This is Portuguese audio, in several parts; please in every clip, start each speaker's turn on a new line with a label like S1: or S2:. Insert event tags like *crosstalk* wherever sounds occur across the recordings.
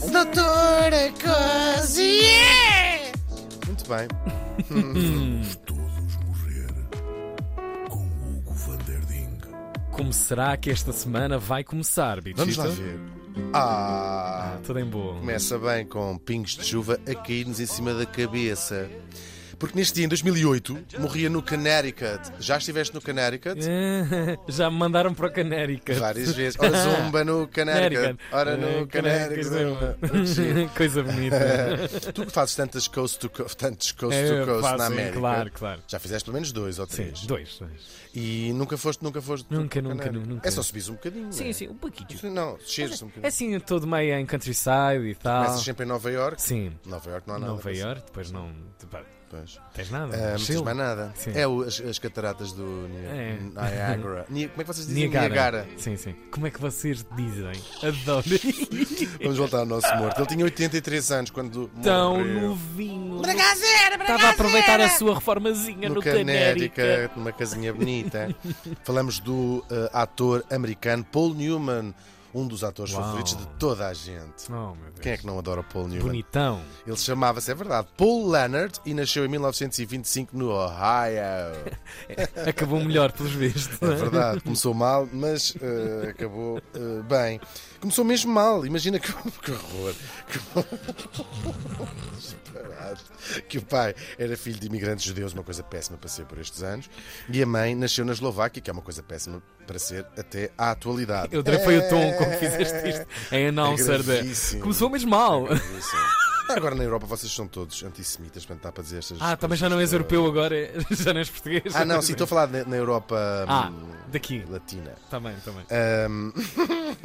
S1: Doutora Cozier!
S2: Muito bem.
S3: Hum,
S4: Todos morrer com Hugo van der Ding.
S3: como será que esta semana vai começar, Bichita?
S2: Vamos lá ver. Ah,
S3: Tudo em bom. *laughs*
S2: começa bem com pingos de chuva a cair-nos em cima da cabeça. Porque neste dia, em 2008, morria no Connecticut. Já estiveste no Connecticut?
S3: Já me mandaram para o Canérica. Eh,
S2: Várias vezes. Ora, zumba no Connecticut. Ora,
S3: É,
S2: no Connecticut. zumba. Que giro.
S3: *laughs* Coisa
S2: *laughs*
S3: bonita.
S2: Tu que fazes tantas coast to coast, tantos coast
S3: É, Eu
S2: to coast
S3: faço,
S2: na América.
S3: claro, claro.
S2: Já fizeste pelo menos dois ou
S3: Sim,
S2: três.
S3: dois. dois.
S2: E nunca foste, nunca foste.
S3: Nunca,
S2: no
S3: nunca,
S2: Connecticut.
S3: nunca.
S2: É só subires um bocadinho.
S3: Sim,
S2: é?
S3: sim, um pouquinho.
S2: Não, desceres um
S3: É
S2: bocadinho.
S3: assim, todo meio em countryside e tal.
S2: Começas sempre em Nova York.
S3: Sim,
S2: Ah. Nova York não há nada.
S3: Nova York, depois não. pá,
S2: Pois.
S3: Tens nada.
S2: Ah, não
S3: Chill.
S2: tens mais nada.
S3: Sim.
S2: É o- as, as cataratas do Ni-
S3: É.
S2: *laughs* Niagara. Ni- Como é que vocês dizem
S3: Niagara.
S2: Niagara?
S3: Sim, sim. Como é que vocês dizem? Adoro.
S2: *laughs* Vamos voltar ao nosso morto. Ele tinha 83 anos quando
S3: Tão
S2: morreu.
S3: novinho.
S1: Bragazeira,
S3: Estava a aproveitar a sua reformazinha no,
S2: No
S3: Canérica.
S2: Connecticut, numa casinha
S3: *laughs*
S2: bonita. Falamos do eh, ator americano Paul Newman, um dos atores
S3: Uau.
S2: favoritos de toda a gente.
S3: Oh, meu Deus.
S2: Quem é que não adora Paul Newman?
S3: Bonitão.
S2: Ele chamava-se, é verdade, Paul Leonard e nasceu em 1925 no Ohio.
S3: Acabou melhor, pelos vistos.
S2: É verdade, começou mal, mas eh, acabou eh, bem. Começou mesmo mal, imagina que, *laughs* que horror. Que- Disparate. Que o pai era filho de imigrantes judeus, uma coisa péssima para ser por estes anos, e a mãe nasceu na Eslováquia, que é uma coisa péssima para ser até à atualidade.
S3: Eu drapei o tom como fizeste isto em announcer. da-
S2: É. gravíssimo.
S3: Começou mesmo mal.
S2: É Isso. Agora na Europa vocês são todos antissemitas, portanto dá para dizer estas
S3: Ah, também já não és
S2: coisas
S3: europeu agora, *laughs* já não és português.
S2: todas. Ah, não, sim, estou a falar na, na Europa
S3: Ah,
S2: hum,
S3: daqui.
S2: latina.
S3: Também, também.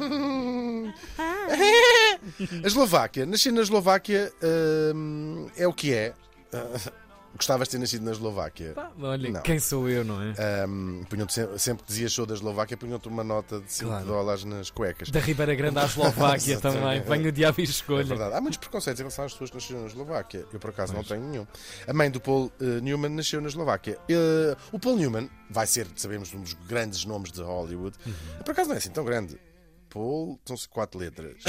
S2: Ahm. a Eslováquia. Nascer na Eslováquia ahm, é o que é. Ah, gostavas de ter nascido na Eslováquia.
S3: Pá, Ah, olha,
S2: Não.
S3: quem sou eu, não é?
S2: Ahm, punham-te sempre, sempre que dizias show da Eslováquia, punham-te uma nota de 5
S3: Claro.
S2: dólares nas cuecas.
S3: Da
S2: *laughs*
S3: Ribeira Grande à Eslováquia também.
S2: Exatamente.
S3: Venho o diabo e
S2: É
S3: escolha.
S2: verdade. Há muitos preconceitos em relação às pessoas que nasceram na Eslováquia. Eu, por acaso, não tenho nenhum. A mãe do Paul eh, Newman nasceu na Eslováquia. Eh, o Paul Newman vai ser, sabemos, um dos grandes nomes de Hollywood. Por acaso, não é assim tão grande. Paul, são-se quatro letras.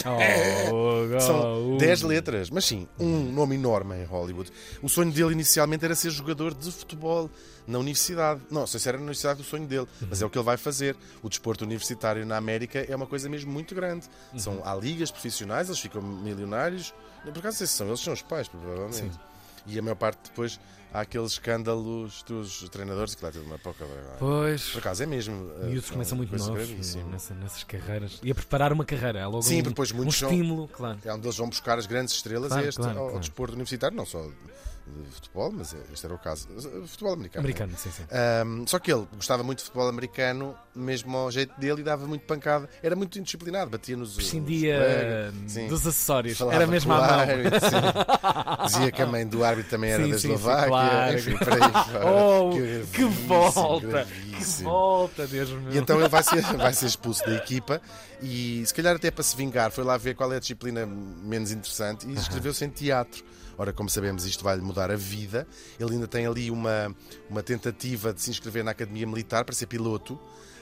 S3: Oh, oh,
S2: É São
S3: oh.
S2: 10 letras, mas sim, um nome enorme em Hollywood. O sonho dele inicialmente era ser jogador de futebol na universidade. Não, não sei se era na universidade o sonho dele, mas é o que ele vai fazer. O desporto universitário na América é uma coisa mesmo muito grande.
S3: Uhum.
S2: São, há ligas profissionais, eles ficam milionários. Por acaso, não sei se são, eles são os pais, provavelmente. E a maior parte depois há aqueles escândalos dos treinadores que lá teve uma pouca.
S3: Pois.
S2: Por acaso é mesmo. eh,
S3: Miúdos
S2: não,
S3: começam muito
S2: coisa
S3: novos eh, né?
S2: gravíssima.
S3: nessa- nessas carreiras. E a preparar uma carreira. Há logo
S2: Sim,
S3: um,
S2: depois
S3: um
S2: muitos são-
S3: estímulo, claro.
S2: É onde eles vão buscar as grandes estrelas
S3: Claro,
S2: é este,
S3: claro,
S2: ao, ao
S3: claro.
S2: desporto universitário, não só de futebol, mas é- este era o caso. Futebol americano.
S3: Americano, sim,
S2: Ah,
S3: sim.
S2: Ahm, só que ele gostava muito de futebol americano, mesmo ao jeito dele, e dava muito pancada. Era muito indisciplinado, batia nos. nos
S3: Prescindia
S2: colegas. Sim.
S3: dos acessórios.
S2: Falava
S3: Era mesmo
S2: com o
S3: à mão. *laughs*
S2: árbitro, sim. Dizia que a mãe do árbitro também era
S3: Sim,
S2: da
S3: sim, sim,
S2: Eslováquia.
S3: claro.
S2: Enfim, por aí fora.
S3: Oh, que
S2: gravíssimo,
S3: volta! Que
S2: gravíssimo.
S3: volta, Deus meu.
S2: E então ele vai ser, *laughs* vai ser expulso da equipa e se calhar até para se vingar foi lá ver qual é a disciplina menos interessante e inscreveu-se em teatro. Ora, como sabemos, isto vai-lhe mudar a vida. Ele ainda tem ali uma, uma tentativa de se inscrever na Academia Militar para ser piloto.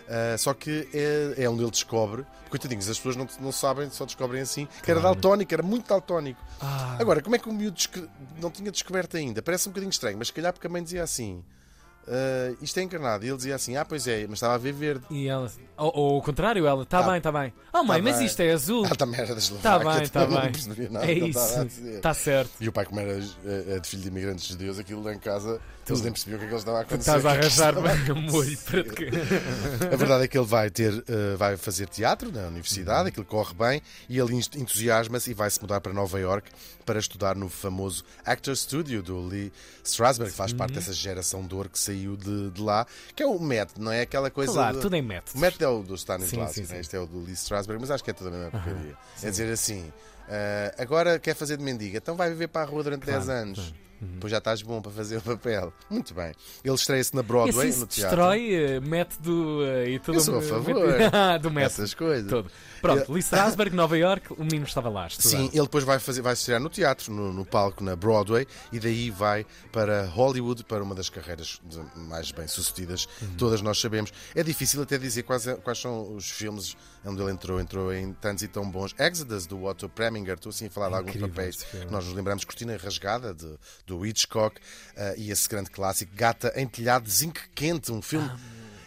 S2: Ah, só que é, é onde ele descobre, coitadinhos, as pessoas não, não sabem, só descobrem assim, que era daltónico, era muito daltónico.
S3: Ah,
S2: Agora, como é que o miúdo descre- não tinha descoberto ainda? Parece um bocadinho estranho, mas se calhar porque a mãe dizia assim: "Ah, isto é encarnado. E ele dizia assim: ah, pois é, mas estava a ver verde.
S3: e ela, ou, ou ao contrário, ela, tá bem, tá bem. Oh mãe, mas
S2: Ah, bem.
S3: isto
S2: *laughs*
S3: é azul.
S2: Ah, também era da
S3: Tá
S2: Eslováquia.
S3: bem, tá
S2: também não
S3: bem.
S2: percebia nada
S3: é
S2: que ele estava a
S3: isso,
S2: dizer.
S3: tá certo.
S2: E o pai, como era eh, eh, de filho de imigrantes judeus, aquilo lá em casa, eles nem percebiam o que é que eles estavam a acontecer. O
S3: Estás a
S2: que é que
S3: arranjar
S2: estava a
S3: *laughs* bem o molho para te que-
S2: *laughs* a verdade é que ele vai ter, eh, vai fazer teatro na universidade, aquilo corre bem e ele entus- entusiasma-se e vai se mudar para Nova York para estudar no famoso Actor Studio do Lee Strasberg, que faz parte
S3: Uhum.
S2: dessa geração de ouro que saiu de, de lá, que é o método, não é aquela coisa.
S3: Claro,
S2: do-
S3: tudo em método.
S2: O método é o do
S3: Sim,
S2: Stanislavski,
S3: sim,
S2: né?
S3: sim.
S2: este é o do Lee Strasberg, mas acho que é eh, toda a mesma porcaria. é dizer assim, ah, agora quer fazer de mendiga, então vai viver para a rua durante 10 anos.
S3: Uhum.
S2: Depois já estás bom para fazer o papel. Muito bem. Ele estreia-se na Broadway,
S3: e assim
S2: no
S3: se
S2: teatro.
S3: destrói, eh, método eh, e tudo.
S2: Eu sou a favor.
S3: Ah, *laughs* do método
S2: Essas coisas.
S3: todo. Pronto, Lee Strasberg, Nova York, o menino
S2: *laughs*
S3: estava lá.
S2: Sim,
S3: estudando.
S2: ele depois vai, fazer, vai se estrear no teatro, no, no palco, na Broadway, e daí vai para Hollywood, para uma das carreiras de- mais bem-sucedidas, todas nós sabemos. É difícil até dizer quais, quais são os filmes onde ele entrou, entrou em tantos e tão bons. Exodus, do Otto Preminger, estou assim a falar de alguns
S3: incrível
S2: papéis.
S3: esse filme.
S2: Nós nos lembramos Cortina Rasgada, de, do Hitchcock, ah, e esse grande clássico, Gata em Telhado de Zinco Quente, um filme...
S3: Ah.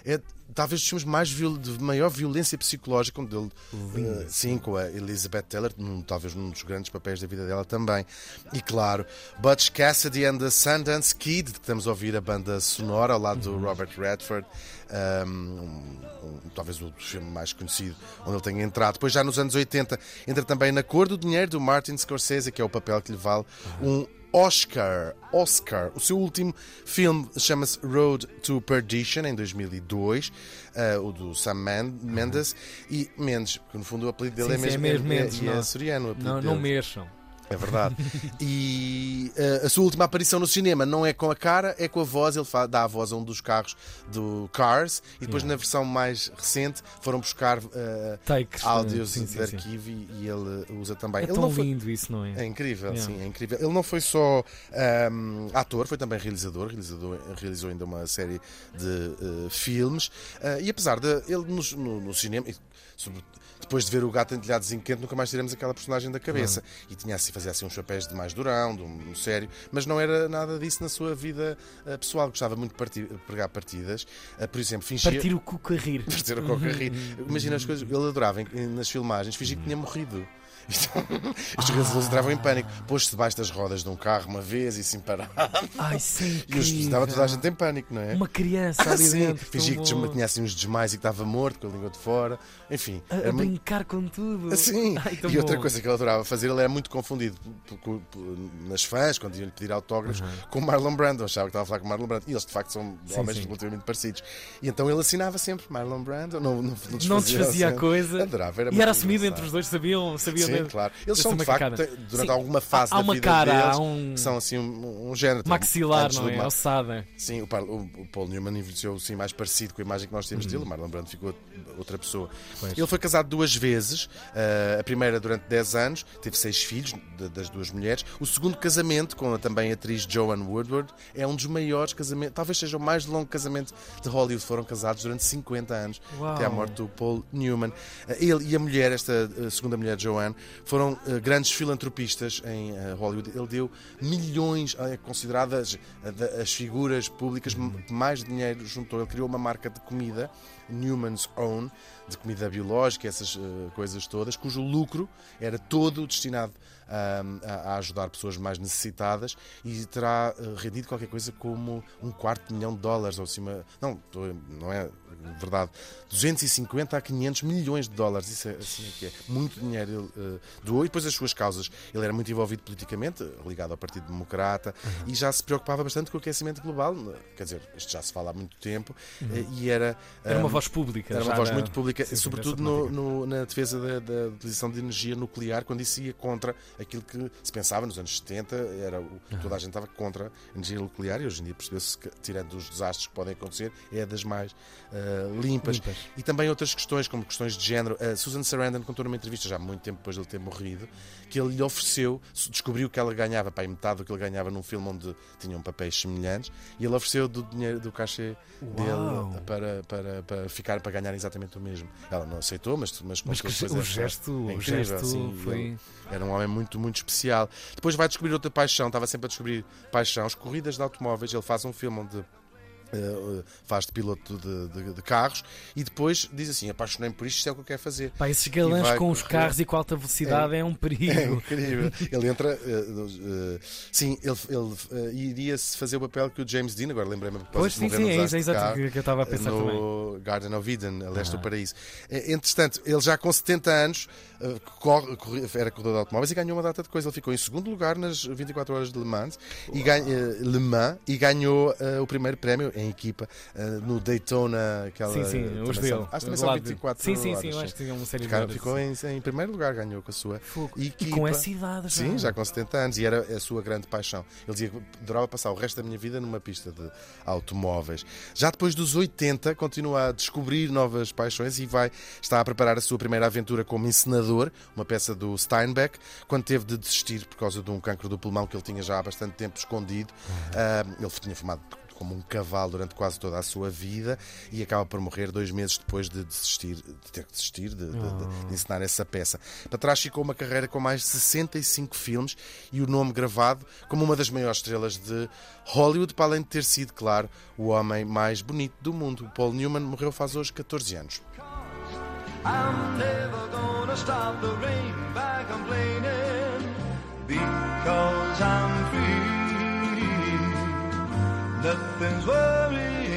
S2: é Talvez dos filmes mais viol- de maior violência psicológica, onde ele eh, Sim, com a Elizabeth Taylor, num- talvez num dos grandes papéis da vida dela também. E claro, Butch Cassidy and the Sundance Kid, que estamos a ouvir a banda sonora ao lado do Robert Redford, um, um- talvez o filme mais conhecido onde ele tenha entrado. Depois, já nos anos 80, entra também Na Cor do Dinheiro, do Martin Scorsese, que é o papel que lhe vale um Oscar, Oscar. O seu último filme chama-se Road to Perdition, em 2002, eh, o do Sam Men- Mendes. E Mendes, porque no fundo o apelido dele
S3: Sim,
S2: é
S3: Uhum. sim,
S2: mesmo,
S3: é mesmo
S2: é-
S3: Mendes,
S2: e é
S3: não.
S2: açoriano. o apelido
S3: Não, não
S2: dele.
S3: mexam.
S2: É verdade. E eh, a sua última aparição no cinema não é com a cara, é com a voz. Ele fa- dá a voz a um dos carros do Cars. E depois, na versão mais recente, foram buscar eh,
S3: Takes.
S2: áudios
S3: sim,
S2: de
S3: sim, sim.
S2: arquivo e- e ele usa também.
S3: É
S2: ele
S3: tão
S2: não foi-
S3: lindo isso, não é?
S2: é incrível,
S3: Yeah.
S2: sim, é incrível. Ele não foi só ahm, ator, foi também realizador, realizador realizou ainda uma série de eh, filmes. Ah, e apesar de ele nos- no, no cinema, e sobre- depois de ver o gato entelhadozinho quente, nunca mais tiramos aquela personagem da cabeça. E tinha assim, fazia assim uns papéis de mais durão, de um, um sério, mas não era nada disso na sua vida ah, pessoal. Gostava muito de parti- pregar partidas. Ah, por exemplo, fingia.
S3: Partir o cuco a rir.
S2: *laughs* Parecer o Coca rir. Imagina as coisas. Ele adorava em- nas filmagens fingir que tinha morrido. *laughs* Então,
S3: Ah.
S2: Estes grandes entravam em pânico. Pôs-se debaixo das rodas de um carro uma vez e assim
S3: *laughs*
S2: parava.
S3: Ai, sim.
S2: E os, dava toda a gente em pânico, não é?
S3: Uma criança ali
S2: Sim,
S3: dentro.
S2: fingia que
S3: tão
S2: desma-
S3: bom.
S2: tinha assim uns desmais e que estava morto com a língua de fora. Enfim,
S3: a, a
S2: era muito-
S3: brincar com tudo.
S2: Sim,
S3: Ai, tão
S2: e outra
S3: bom.
S2: coisa que ele adorava fazer, ele era muito confundido por- por- por- nas fãs, quando iam lhe pedir autógrafos, com o Marlon Brando. Achava que estava a falar com o Marlon Brando. E eles, de facto, são
S3: Sim,
S2: homens
S3: sim.
S2: relativamente parecidos. E então ele assinava sempre Marlon Brando, não, não, desfazia, assim.
S3: Não desfazia a
S2: sempre.
S3: coisa.
S2: Adorava,
S3: E
S2: muito
S3: era assumido
S2: engraçado.
S3: entre os dois, sabiam, sabiam
S2: Sim,
S3: dentro.
S2: claro. Eles
S3: Essa
S2: são, de facto,
S3: macacada.
S2: têm- durante
S3: Sim,
S2: alguma fase
S3: há
S2: da
S3: uma
S2: vida
S3: cara,
S2: deles,
S3: há um-
S2: são assim um, um género.
S3: Maxilar,
S2: Antes
S3: não
S2: do
S3: é?
S2: ma-
S3: Alçada.
S2: Sim, o, Par- o- o Paul Newman envelheceu assim mais parecido com a imagem que nós temos dele. O Marlon Brando ficou outra pessoa.
S3: Uhum. Pois.
S2: Ele foi casado duas vezes. ah, a primeira durante 10 anos, teve seis filhos de- das duas mulheres. O segundo casamento, com a também atriz Joan Woodward, é um dos maiores casamentos, talvez seja o mais longo casamento de Hollywood. Foram casados durante 50 anos,
S3: Uau.
S2: até à morte do Paul Newman. Ah, Ele e a mulher, esta ah, segunda mulher, Joanne, foram ah, grandes filantropistas em ah, Hollywood. Ele deu milhões, ah, é consideradas ah, da- as figuras públicas m- que mais dinheiro juntou. Ele criou uma marca de comida, Newman's Own, de comida biológica, essas ah, coisas todas, cujo lucro era todo destinado ah, a, a ajudar pessoas mais necessitadas e terá ah, rendido qualquer coisa como um quarto de milhão de dólares ou acima. Não, tô- não é verdade. 250 a 500 milhões de dólares, isso é, assim é que é. Muito dinheiro ele eh, doou e depois as suas causas. Ele era muito envolvido politicamente, eh, ligado ao Partido Democrata e já se preocupava bastante com o aquecimento global. né? Quer dizer, isto já se fala há muito tempo eh, e era.
S3: Uhum. Era uma
S2: ah,
S3: voz pública.
S2: era uma
S3: já
S2: voz
S3: da-
S2: muito pública,
S3: sim, sim,
S2: sobretudo
S3: dessa
S2: no-
S3: temática.
S2: no- na defesa da, da utilização de energia nuclear, quando isso ia contra aquilo que se pensava nos anos 70, era o- toda a gente estava contra a energia nuclear e hoje em dia percebeu-se que, tirando os desastres que podem acontecer, é das mais ah, limpas.
S3: Limpas.
S2: E também outras questões, como questões de género. A Susan Sarandon contou numa entrevista, já muito tempo depois de ele ter morrido, que ele lhe ofereceu, descobriu que ela ganhava para metade do que ele ganhava num filme onde tinham papéis semelhantes, e ele ofereceu do dinheiro do cachê
S3: Uau.
S2: dele para, para, para ficar para ganhar exatamente o mesmo. Ela não aceitou, mas, mas
S3: Mas
S2: contou
S3: que
S2: depois essa-
S3: o gesto,
S2: é
S3: o
S2: incrível,
S3: gesto
S2: assim,
S3: foi.
S2: Era um homem muito, muito especial. Depois vai descobrir outra paixão, estava sempre a descobrir paixão, as corridas de automóveis. Ele faz um filme onde. eh, faz de piloto de, de- de carros e depois diz assim: apaixonei-me por isto, isto é o que eu quero fazer.
S3: Pá, esses
S2: E
S3: galãs
S2: vai
S3: com os
S2: correr.
S3: carros e com alta velocidade *laughs* é, um
S2: É
S3: perigo.
S2: incrível. Ele entra. eh, eh, sim, ele, ele eh, iria-se fazer o papel que o James Dean, agora lembrei-me a propósito
S3: Pois
S2: de
S3: sim,
S2: morrer
S3: sim,
S2: num
S3: é
S2: desastre de
S3: exato
S2: carro.
S3: o que eu estava a pensar também.
S2: no Garden of Eden, a leste
S3: Ah.
S2: do paraíso. Eh, Entretanto, ele já com 70 anos eh, corre- corre- era corredor de automóveis e ganhou uma data de coisa. Ele ficou em segundo lugar nas 24 horas de Le Mans, e ganha, eh, Le Mans, e ganhou eh, o primeiro prémio em em equipa ah, no Daytona, aquela.
S3: Sim, sim,
S2: também
S3: os
S2: são-
S3: dele.
S2: Acho que
S3: Do
S2: também são
S3: lado de-
S2: 24
S3: Sim, sim,
S2: horas,
S3: sim, eu acho que tinha uma série de
S2: Cara,
S3: horas,
S2: ficou
S3: sim.
S2: em, em primeiro lugar, ganhou com a sua
S3: Fogo.
S2: equipa.
S3: E com essa idade,
S2: Sim,
S3: pá.
S2: já com 70 anos e era a sua grande paixão. Ele dizia que adorava passar o resto da minha vida numa pista de automóveis. Já depois dos 80, continua a descobrir novas paixões e vai está a preparar a sua primeira aventura como encenador, uma peça do Steinbeck, quando teve de desistir por causa de um cancro do pulmão que ele tinha já há bastante tempo escondido. Ah, ele tinha fumado como um cavalo durante quase toda a sua vida e acaba por morrer dois meses depois de desistir, de ter que desistir de, de- de- de ensinar essa peça. Para trás ficou uma carreira com mais de 65 filmes e o nome gravado como uma das maiores estrelas de Hollywood, para além de ter sido, claro, o homem mais bonito do mundo. O Paul Newman morreu faz hoje 14 anos.
S1: I'm never gonna stop the rain by complaining because I'm free. Nothing's worrying.